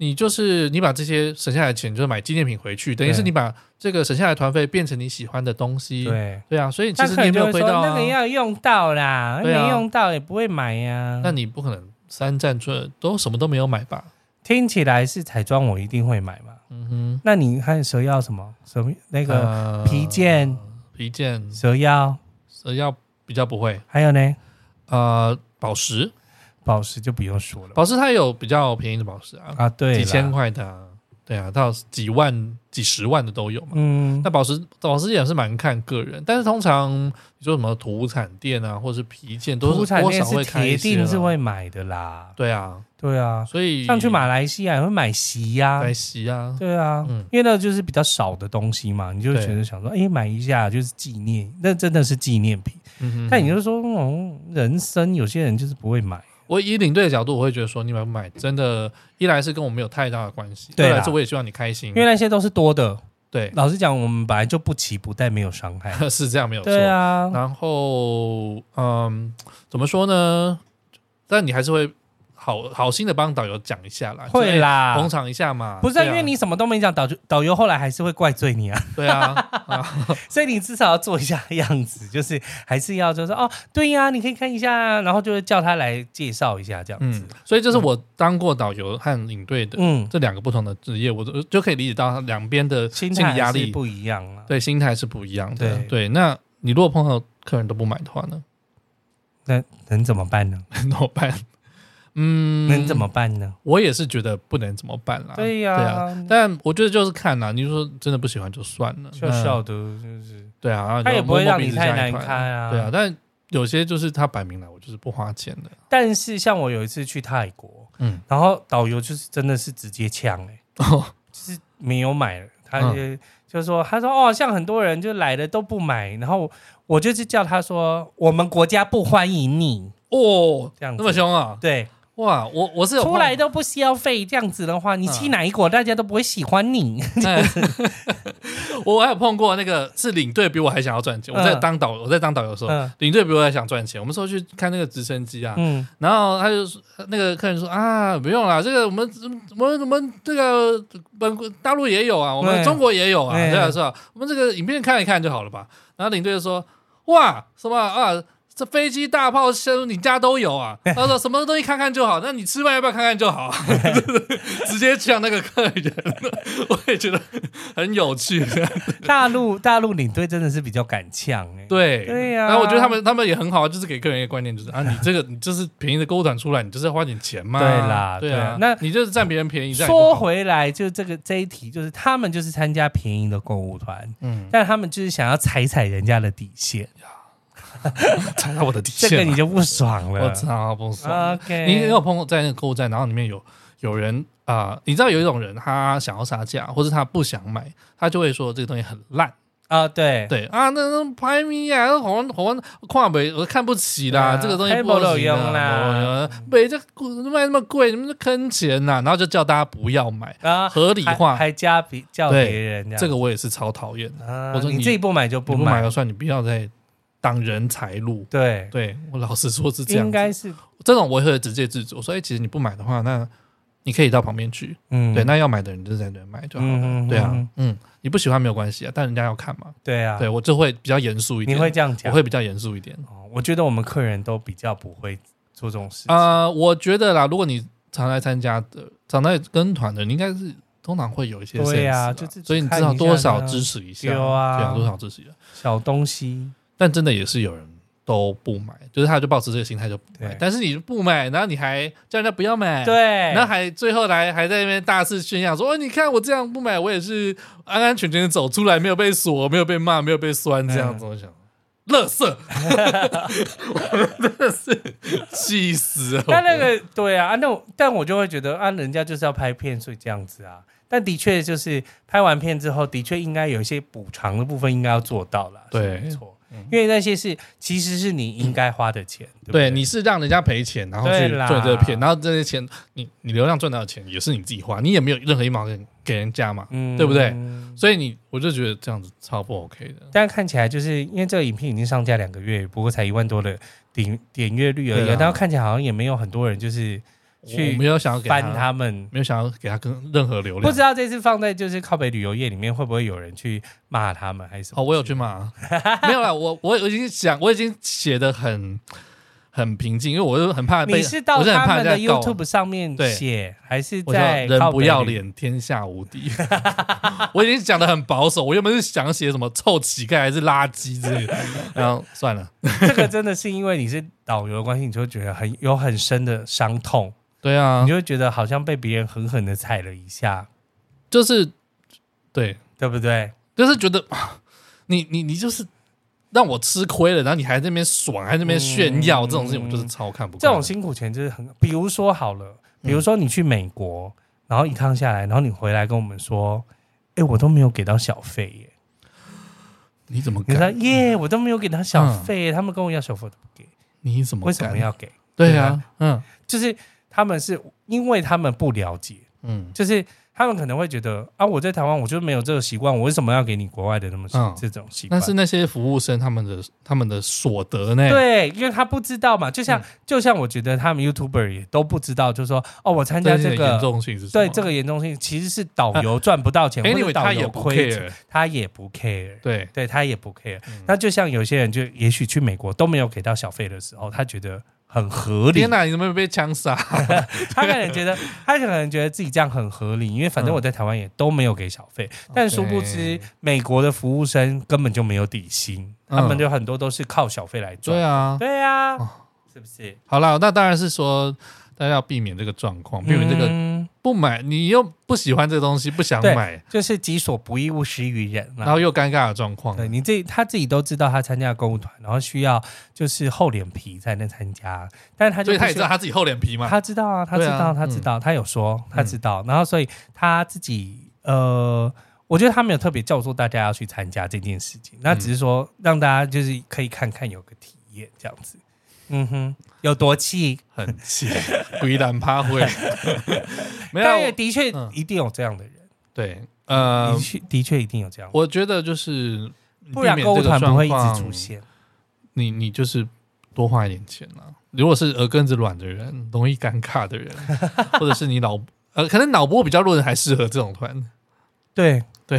C: 你就是你把这些省下来的钱，就是买纪念品回去，等于是
D: 对
C: 你把这个省下来的团费变成你喜欢的东西。
D: 对，
C: 对啊，所以其
D: 那
C: 实
D: 客
C: 你也没
D: 人
C: 有
D: 就会
C: 亏
D: 说
C: 到、啊。
D: 那个要用到啦，
C: 对啊
D: 没用到也不会买啊呀、
C: 那你不可能三站出都什么都没有买吧？
D: 听起来是彩妆，我一定会买嘛。
C: 嗯
D: 那你看蛇药什么？什么那
C: 哼，
D: 个
C: 呃
D: 皮件、
C: 皮件
D: 蛇药，
C: 蛇药比较不会，
D: 还有呢，
C: 呃，宝石
D: 宝石就不用说了吧。
C: 宝石它有比较便宜的宝石啊，
D: 啊，对啦，
C: 几千块的、啊，对啊，到几万、几十万的都有嘛。
D: 嗯
C: 那，宝石宝石也是蛮看个人，但是通常你说什么土产店啊，或是皮件，都
D: 土
C: 是
D: 产
C: 多
D: 店
C: 少
D: 是
C: 会开一
D: 铁
C: 些
D: 定是
C: 啦
D: 会买的啦。
C: 对啊，
D: 对啊，
C: 所以
D: 像去马来西亚也会买席呀、
C: 来洗啊，
D: 对啊，
C: 嗯
D: 因为那就是比较少的东西嘛，你就
C: 对
D: 觉得想说，哎，买一下就是纪念，那真的是纪念品。
C: 嗯哼嗯
D: 但你就说，嗯，人参有些人就是不会买，
C: 我以领队的角度，我会觉得说你买不买，真的，一来是跟我没有太大的关系，
D: 对啦
C: 二来是我也希望你开心，
D: 因为那些都是多的。
C: 对 <laughs>
D: 老实讲，我们本来就不期不待，没有伤害。
C: 是这样没有错。
D: 对啊，
C: 然后，嗯，怎么说呢？但你还是会好好心的帮导游讲一下啦，
D: 会啦
C: 就哎捧场一下嘛。
D: 不是啊、
C: 对
D: 因为你什么都没讲，导游导游后来还是会怪罪你啊， <laughs>
C: 对 <laughs> 啊，
D: 所以你至少要做一下样子，就是还是要就是哦，对呀、你可以看一下啊，然后就会叫他来介绍一下这样子
C: 嗯。，所以这是我当过导游和领队的
D: 嗯，
C: 这两个不同的职业，我都呃就可以理解到两边的心
D: 心
C: 理
D: 态
C: 压
D: 还是
C: 力，
D: 不一样啊。
C: 对，心态是不一样的。
D: 对
C: 对，那你如果碰到客人都不买的话呢？ <laughs>
D: 那能怎么办呢？
C: 怎么办？嗯，
D: 能怎么办呢？
C: 我也是觉得不能怎么办啦。
D: 对呀、
C: 对啊，但我觉得就是看啦。你就说真的不喜欢就算了，
D: 笑
C: 那
D: 笑的，就是
C: 对啊，然后
D: 他也
C: 就
D: 不会
C: 摸摸
D: 让
C: 鼻
D: 你
C: 子
D: 太
C: 下一
D: 难
C: 团
D: 堪啊
C: 对啊，但有些就是他摆明了我就是不花钱的。
D: 但是像我有一次去泰国，
C: <laughs> 嗯，
D: 然后导游就是真的是直接呛哎、
C: 哦，
D: 就是没有买了，他就、
C: 嗯
D: 就说他说哦，像很多人就来了都不买，然后我就是叫他说我们国家不欢迎你
C: 哦
D: 这样子
C: 那么凶啊！
D: 对，
C: 哇，我我是有
D: 出来
C: 的，
D: 都不消费这样子的话，你
C: 嗯
D: 去哪一国大家都不会喜欢你。 <laughs>
C: 哎我还有碰过那个是领队比我还想要赚钱。我在
D: 嗯
C: 当导我在当导游的时候，
D: <laughs> 嗯
C: 领队比我还想赚钱。我们说去看那个直升机啊，
D: 嗯，
C: 然后他就说，那个客人说啊，不用啦，这个我们我们我们这个本国大陆也有啊，我们
D: 对
C: 中国也有啊，
D: 对
C: 对啊是吧？我们这个影片看一看就好了吧。然后领队就说，哇，什么啊？这飞机、大炮、像你家都有啊？他说什么东西看看就好，那你吃饭要不要看看就
D: <laughs>
C: 好？ <laughs> 直接呛那个客人， <laughs> 我也觉得很有趣。
D: 大陆大陆领队真的是比较敢呛哎、
C: 对
D: 对呀
C: 然后我觉得他们他们也很好啊，就是给客人一个观念，就是啊，你这个你就是便宜的购物团出来，你就是要花点钱嘛。
D: 对啦
C: 对
D: 对
C: 啊
D: 啊，那
C: 你就是占别人便宜，这样也不
D: 说
C: <laughs> 好，
D: 回来，就这个这一题，就是他们就是参加便宜的购物团，
C: 嗯，
D: 但他们就是想要踩踩人家的底线，
C: 踩到我的底
D: 这个
C: 线
D: 你
C: 了，
D: 就不爽
C: 啊 <laughs> 我
D: 了。啊
C: 操，不爽。
D: OK，
C: 你你有碰过在那个购物站，然后里面有有人啊、你知道有一种人，他想要杀价，或是他不想买，他就会说这个东西很烂，
D: 啊？对，
C: 对啊，那那排名啊，那红红跨北我看不起啦，
D: 对啊
C: 这个东西
D: 黑
C: 不
D: 不
C: 行啊
D: 有用啦
C: 啦，北这卖那么贵，你们这坑钱呐、然后就叫大家不要买，
D: 啊，
C: <laughs> 合理
D: 还
C: 化。
D: 还加比叫别
C: 对
D: 人样
C: 这个我也是超讨厌的，
D: 啊
C: 我说
D: 你
C: 你
D: 自己不买就
C: 你不买
D: 买
C: 了，算，你不要再挡人财路。
D: 对，
C: 对我老实说是这样子，
D: 应该是
C: 这种我也会直接制止，我说，哎、其实你不买的话，那你可以到旁边去，
D: 嗯
C: 对，那要买的人就在那买就好了，
D: 嗯嗯
C: 对啊
D: 嗯，
C: 嗯，你不喜欢没有关系啊，但人家要看嘛，
D: 对啊，
C: 对我就会比较严肃一
D: 你
C: 点，
D: 会这样讲，
C: 我会比较严肃一点。
D: 哦，我觉得我们客人都比较不会做这种事情。
C: 啊，我觉得啦，如果你常来参加的、常来跟团的，你应该是通常会有一些
D: 对啊
C: sense 啦
D: 就自己
C: 所以你
D: 看
C: 知道
D: 一下
C: 多少
D: 呢
C: 支持一下，
D: 对啊
C: 多少支持一下。
D: 小东西，
C: 但真的也是有人都不买，就是他就保持这个心态就不买
D: 对。
C: 但是你不买，然后你还叫人家不要买，，
D: 对，
C: 然后还最后来还在那边大肆宣扬说：“哦，你看我这样不买，我也是安安全全的走出来，没有被锁，没有被骂，没有被酸，
D: 嗯
C: 这样子。我想，乐色，我真的是气死了。
D: 但那个对啊，啊那我但我就会觉得啊，人家就是要拍片，所以这样子啊。但的确就是拍完片之后，的确应该有一些补偿的部分应该要做到了，
C: 对
D: 是没错，因为那些是其实是你应该花的钱，对不
C: 对，
D: 对
C: 你是让人家赔钱，然后去
D: 对啦
C: 赚这个片，然后这些钱，你你流量赚到的钱也是你自己花，你也没有任何一毛钱给人家嘛，
D: 嗯
C: 对不对？所以你我就觉得这样子超不 OK 的。
D: 但看起来就是因为这个影片已经上架两个月，不过才一万多的点点阅率而已
C: 对
D: 啊
C: 啊，
D: 然后看起来好像也没有很多人就是
C: 我
D: 去
C: 我没有想要给
D: 翻他们。
C: 没有想要给他跟任何流
D: 不
C: 量
D: 知。道这次放在就是靠北旅游业里面，会不会有人去骂他们还是什么？
C: 哦，我有去
D: <laughs>
C: 骂，没有啦，我我已经想，我已经写的很很平静，因为我就很怕呃被，
D: 你是到
C: 我是很
D: 他
C: 怕
D: 们
C: 人
D: 的
C: 家告
D: YouTube 上面
C: 对
D: 写，还是
C: 我叫
D: 在
C: 人
D: 靠
C: 不
D: 北
C: 要
D: 里？
C: 脸，天下无敌。 <laughs> 我已经讲的很保守，我原本是想写什么臭乞丐还是垃圾之类
D: <laughs>
C: 的，然后算了。
D: 这个真的是因为你是导游的关系，你就会觉得很有很深的伤痛，
C: 对啊
D: 你就，会觉得好像被别人狠狠的踩了一下，
C: 就是对，
D: 对不对？
C: 就是觉得 <sighs> 啊你你你就是让我吃亏了，然后你还在那边爽，还在那边炫耀，
D: 嗯
C: 这种事情我就是超看不惯。
D: 这种辛苦钱就是很，比如说好了，比
C: 嗯
D: 如说你去美国，然后一趟下来，然后你回来跟我们说，哎，我都没有给到小费耶，
C: 你怎么
D: 你说
C: 敢？
D: 耶，我都没有给到小
C: 嗯
D: 费耶，他们跟我要小费我都不给，
C: 你怎么
D: 为什么
C: 敢？
D: 要给？
C: 对啊，嗯
D: 就是他们是因为他们不了解。
C: 嗯，
D: 就是他们可能会觉得啊，我在台湾我就没有这个习惯，我为什么要给你国外的那么、
C: 嗯
D: 这种习惯？
C: 但是那些服务生他们的他们的所得呢？
D: 对，因为他不知道嘛，就
C: 嗯
D: 像、就像我觉得他们 YouTuber 也都不知道，就说哦，我参加
C: 这件事
D: 这
C: 情的严
D: 个。
C: 重性是什么哎
D: 对这个严重性，其实是导游赚不到钱，或者
C: ，anyway
D: 导
C: 他也
D: 游
C: 不
D: 亏钱，
C: care，嗯
D: 他也不 care，
C: 对，
D: 对他也不 care。那就像有些人，就也许去美国都没有给到小费的时候，他觉得很合理
C: 天，哪，你怎么被枪杀？
D: <laughs> 他可能觉得，他可能觉得自己这样很合理，因为反正我在台湾也都没有给小费，但殊不知
C: OK
D: 美国的服务生根本就没有底薪，
C: 嗯
D: 他们就很多都是靠小费来
C: 对
D: 赚。
C: 啊，
D: 对啊
C: 哦，
D: 是不是？
C: 好啦，那当然是说大家要避免这个状况，避免这个
D: 嗯
C: 不买，你又不喜欢这个东西，不想
D: 对
C: 买，
D: 就是己所不欲，勿施于人
C: 然
D: 啦。
C: 后又尴尬的状况。
D: 对你自己，他自己都知道他参加购物团，然后需要就是厚脸皮才能参加，但他就
C: 所以他也
D: 不需
C: 知道他自己厚脸皮嘛。
D: 他知道啊，他知
C: 对啊
D: 道，他
C: 嗯
D: 知道，他有说，他知道。然后，所以他自己，呃，我觉得他没有特别教唆大家要去参加这件事情，那
C: 嗯
D: 只是说让大家就是可以看看有个体验这样子。嗯哼，有多气，
C: 很气， <laughs> 鬼胆趴
D: <laughs>
C: 会。没
D: 但也
C: 有，
D: 的确
C: 嗯
D: 一定有这样的人，
C: 对，呃
D: 的，确的确一定有这样的人，
C: 我觉得就是
D: 不然
C: 嗯避免
D: 购物
C: 这个
D: 团不会一
C: 状
D: 直
C: 况
D: 出。现。
C: 你你就是多花一点钱啊。如果是耳根子软的人，容易尴尬的人，或者是你脑 <laughs> 呃，可能脑波比较弱的人还适合这种团。
D: 对
C: 对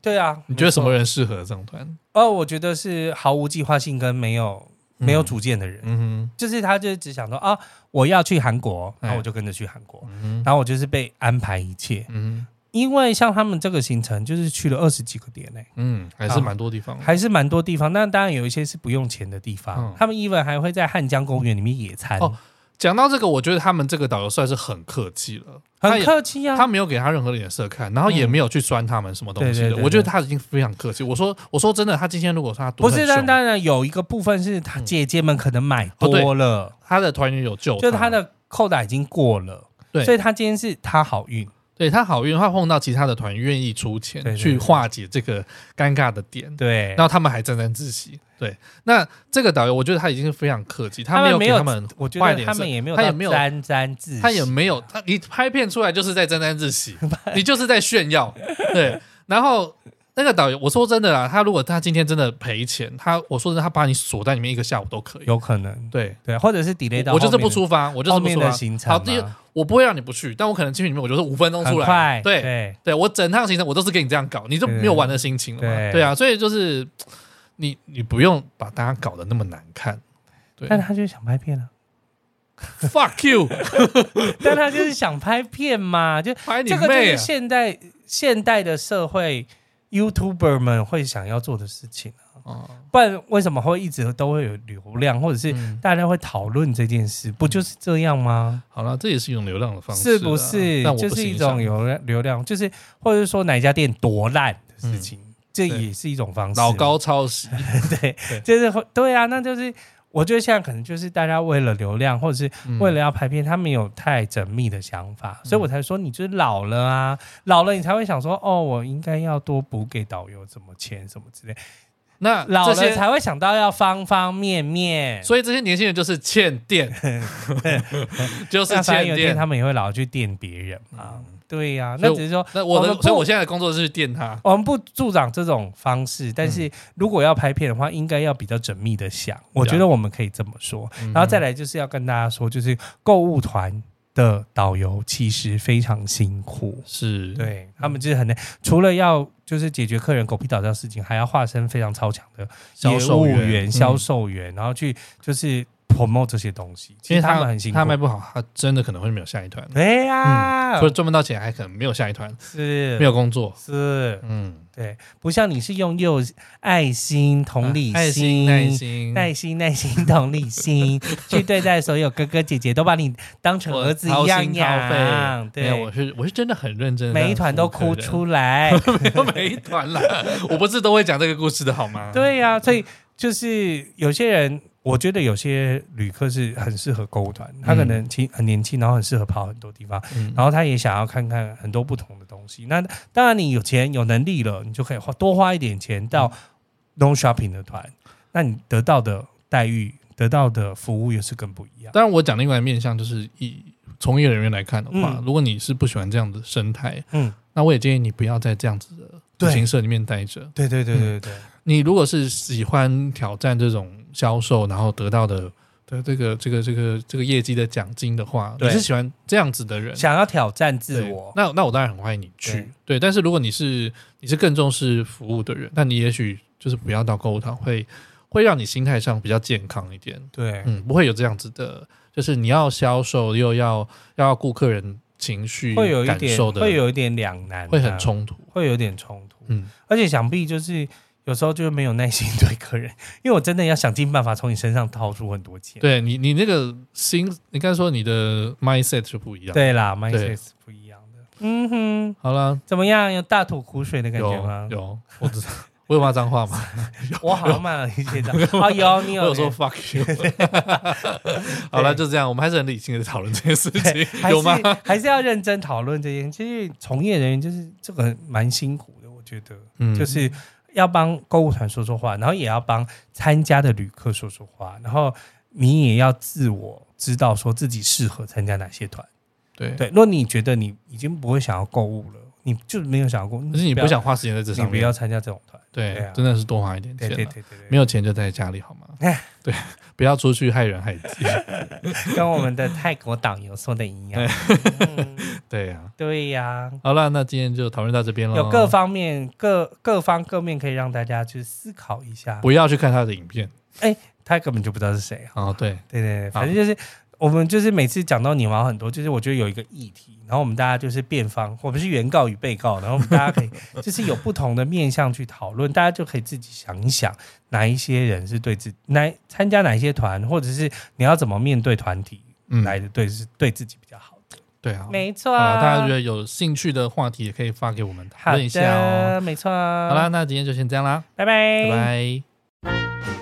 D: 对啊，
C: 你觉得什
D: 没错
C: 么？人适合这种团？
D: 哦，我觉得是毫无计划性跟没有没有主见的人。
C: 嗯
D: 就是他就是只想说啊，我要去韩国，
C: 哎嗯
D: 然后我就跟着去韩国，
C: 哼，
D: 然后我就是被安排一切。
C: 嗯
D: 因为像他们这个行程，就是去了二十几个点呢、欸
C: 哼嗯，还是蛮多地方的。
D: 还是蛮多地方。那当然有一些是不用钱的地方，
C: 嗯
D: 他们 even 还会在汉江公园里面野餐，
C: 哦讲到这个，我觉得他们这个导游算是很客气了，他
D: 很
C: 也
D: 客气啊。嗯
C: 他没有给他任何脸色看，然后也没有去酸他们什么东西
D: 嗯对
C: 的。
D: 对对
C: 我觉得他已经非常客气。我说，我说真的，他今天如果说他读
D: 不
C: 得
D: 是，
C: 很凶嗯哦
D: 但当然有一个部分是他姐姐们可能买多了，
C: 他的团员有救，
D: 就是他，的扣打已经过了，
C: 哦对
D: 所以他今天是他好运，
C: 对他好运，他碰到其他的团员愿意出钱
D: 对对
C: 去
D: 对
C: 化解这个尴尬的点，
D: 对
C: 然，后他们还沾沾自喜。对，那这个导游，我觉得他已经是非常客气，他没有
D: 没
C: 给
D: 有
C: 他们，
D: 我觉
C: 坏
D: 得
C: 脸
D: 他
C: 色
D: 们也没有
C: 他也
D: 到
C: 没有
D: 沾沾自喜，
C: 他也没有，他你拍片出来就是在沾沾自喜， <laughs> 你就是在炫耀，对。然后那个导游，我说真的啦，他如果他今天真的赔钱，他我说真的，他把你锁在里面一个下午都可以。
D: 有可能，
C: 对，
D: 对，或者是 delay 到
C: 我就是
D: 后面
C: 不
D: 的
C: 出发，我就是
D: 后
C: 不
D: 面
C: 出
D: 的
C: 发。
D: 行程
C: 好，
D: 嘛，
C: 第一我不会让你不去，但我可能进去里面，我就是五分钟
D: 很
C: 出
D: 快
C: 来。，对
D: 对
C: 对，我整趟行程我都是跟你这样搞，你就没有玩的心情了嘛。
D: 对
C: 对啊，所以就是你你不用把大家搞得那么难看。对
D: 但他就是想拍片啊，
C: ，fuck
D: <laughs>
C: you，
D: 但他就是想拍片嘛，就
C: 哎拍你
D: 这个就
C: 妹
D: 是
C: 啊！
D: 现代现代的社会 YouTuber 们会想要做的事情啊。
C: 哦，
D: 不然为什么会一直都会有流量，或者是
C: 嗯
D: 大家会讨论这件事？不就是这样吗？
C: 好了，这也是一种流量的方式啊，
D: 是不是？
C: 但我不
D: 就是一
C: 欣
D: 种
C: 赏
D: 流量流量，就是或者说哪一家店多烂的事情，这
C: 对
D: 也是一种方式。
C: 老高抄
D: <laughs>
C: 袭，
D: 对
C: 对，
D: 就是会对啊，那就是我觉得现在可能就是大家为了流量，或者是
C: 嗯
D: 为了要拍片，他没有太缜密的想法，所以我才说你就是老了啊，老了你才会想说，哦，我应该要多补给导游什么钱什么之类，
C: 那
D: 老
C: 啊这
D: 了
C: 些
D: 才会想到要方方面面。
C: 所以这些年轻人就是欠
D: <laughs>
C: 电，就是
D: 那反正
C: 欠
D: 有一天
C: 电。
D: 他们也会老去电别人嘛，对呀、
C: 所以
D: 那只是说
C: 那我
D: 我
C: 的，
D: 们不
C: 所以我现在的工作是去电他。
D: 我们不助长这种方式，但是
C: 嗯
D: 如果要拍片的话，应该要比较缜密的想。我觉得我们可以这么说，
C: 嗯
D: 然后再来就是要跟大家说，就是购物团的导游其实非常辛苦。
C: 是，
D: 对他们就是很累，除了要就是解决客人狗屁倒灶的事情，还要化身非常超强的
C: 销
D: 业务
C: 售
D: 员、销
C: 嗯
D: 售员，然后去就是 promote 这些东西。其
C: 因为
D: 实
C: 他
D: 他们很辛苦，
C: 他卖不好，他真的可能会没有下一团，
D: 对呀，
C: 所以赚不到钱，还可能没有下一团，
D: 是
C: 没有工作。
D: 是，
C: 嗯，
D: 对，不像你是用又爱心、同理
C: 啊爱
D: 心、
C: 心，耐心，
D: 耐心、耐心、同
C: <laughs>
D: 理心去对待所有哥哥姐姐，都把你当成
C: 我
D: 儿子
C: 掏
D: 一样
C: 心掏
D: 养
C: 肺。。没有，
D: 对
C: 我，是我是真的很认真地在服务客人，
D: 每一团都哭出来。
C: 没有 <laughs> 每一团啦，我不是都会讲这个故事的好吗？
D: <laughs> 对呀、所以就是有些人，我觉得有些旅客是很适合购物团，他可能轻很年轻，然后很适合跑很多地方，
C: 嗯，
D: 然后他也想要看看很多不同的东西。那当然，你有钱有能力了，你就可以花多花一点钱到
C: 嗯
D: no shopping 的团，那你得到的待遇、得到的服务也是更不一样。
C: 当然，我讲另外一个面向，就是以从业人员来看的话，
D: 嗯
C: 如果你是不喜欢这样的生态，
D: 嗯，
C: 那我也建议你不要在这样子的
D: 对
C: 旅行社里面待着。
D: 对对对对对，
C: 你如果是喜欢挑战这种销售，然后得到的的这个这个这个这个业绩的奖金的话，
D: 对
C: 你是喜欢这样子的人，
D: 想要挑战
C: 对
D: 自我，
C: 那那我当然很欢迎你去。
D: 对
C: 对，但是如果你是你是更重视服务的人，那你也许就是不要到购物堂，会会让你心态上比较健康一点。
D: 对，
C: 嗯，不会有这样子的，就是你要销售又要要顾客人情绪
D: 会有一
C: 感受
D: 点
C: 的，
D: 会有一点两难啊，
C: 会很冲突。
D: 会有点冲突。
C: 嗯，
D: 而且想必就是有时候就是没有耐心对客人， <laughs> 因为我真的要想尽办法从你身上掏出很多钱。
C: 对你你那个心，应该说你的 mindset 就不一样。，
D: 对啦
C: 对
D: ，mindset 是不一样的。嗯哼，
C: 好啦，
D: 怎么样？有大吐苦水的感觉
C: 有
D: 吗？
C: 有，我知道，我有骂脏话吗？
D: 我好像骂了一些脏
C: <laughs>
D: 话。哦，有你
C: 我有
D: 有
C: 说 fuck you。好
D: <laughs>
C: 了，就这样，我们还是很理性的讨论这件事
D: 对
C: 情，
D: 还
C: <laughs> 有吗？
D: 是还是要认真讨论这件。其实从业人员就是这个蛮辛苦的，我觉得，
C: 嗯
D: 就是要帮购物团说说话，然后也要帮参加的旅客说说话，然后你也要自我知道说自己适合参加哪些团。
C: 对，
D: 对，如果你觉得你已经不会想要购物了，你就没有想要购物，
C: 可是你不
D: 要，
C: 想花时间在这
D: 你
C: 上
D: 不要
C: 面，
D: 参加这种团。对
C: 对
D: 啊，
C: 真的是多花一点
D: 对
C: 钱
D: 对
C: 啊。
D: 对对对，
C: 没有钱就在家里
D: <laughs>
C: 好吗？对，不要出去害人害己。
D: 跟我们的泰国导游说的一样。嗯
C: 对呀、
D: 对呀、
C: 好了，那今天就讨论到这边了。
D: 有各方面、各各方各面可以让大家去思考一下。
C: 不要去看他的影片
D: 他根本就不知道是谁啊！
C: 哦，对，
D: 对对对，反正就是我们就是每次讲到你毛很多，就是我觉得有一个议题，然后我们大家就是辩方，我们是原告与被告，然后我们大家可以就是有不同的面向去讨论，大家就可以自己想一想哪一些人是对自哪参加哪一些团，或者是你要怎么面对团体
C: 嗯，
D: 来的对是对自己比较好的。
C: 对啊，
D: 没错
C: 好
D: 啊，
C: 啦大家觉得有兴趣的话题也可以发给我们讨
D: 好
C: 论一下哦。
D: 的，哎没错。
C: 好
D: 好
C: 啦，，那今天就先这样啦，
D: 拜拜，
C: 拜拜。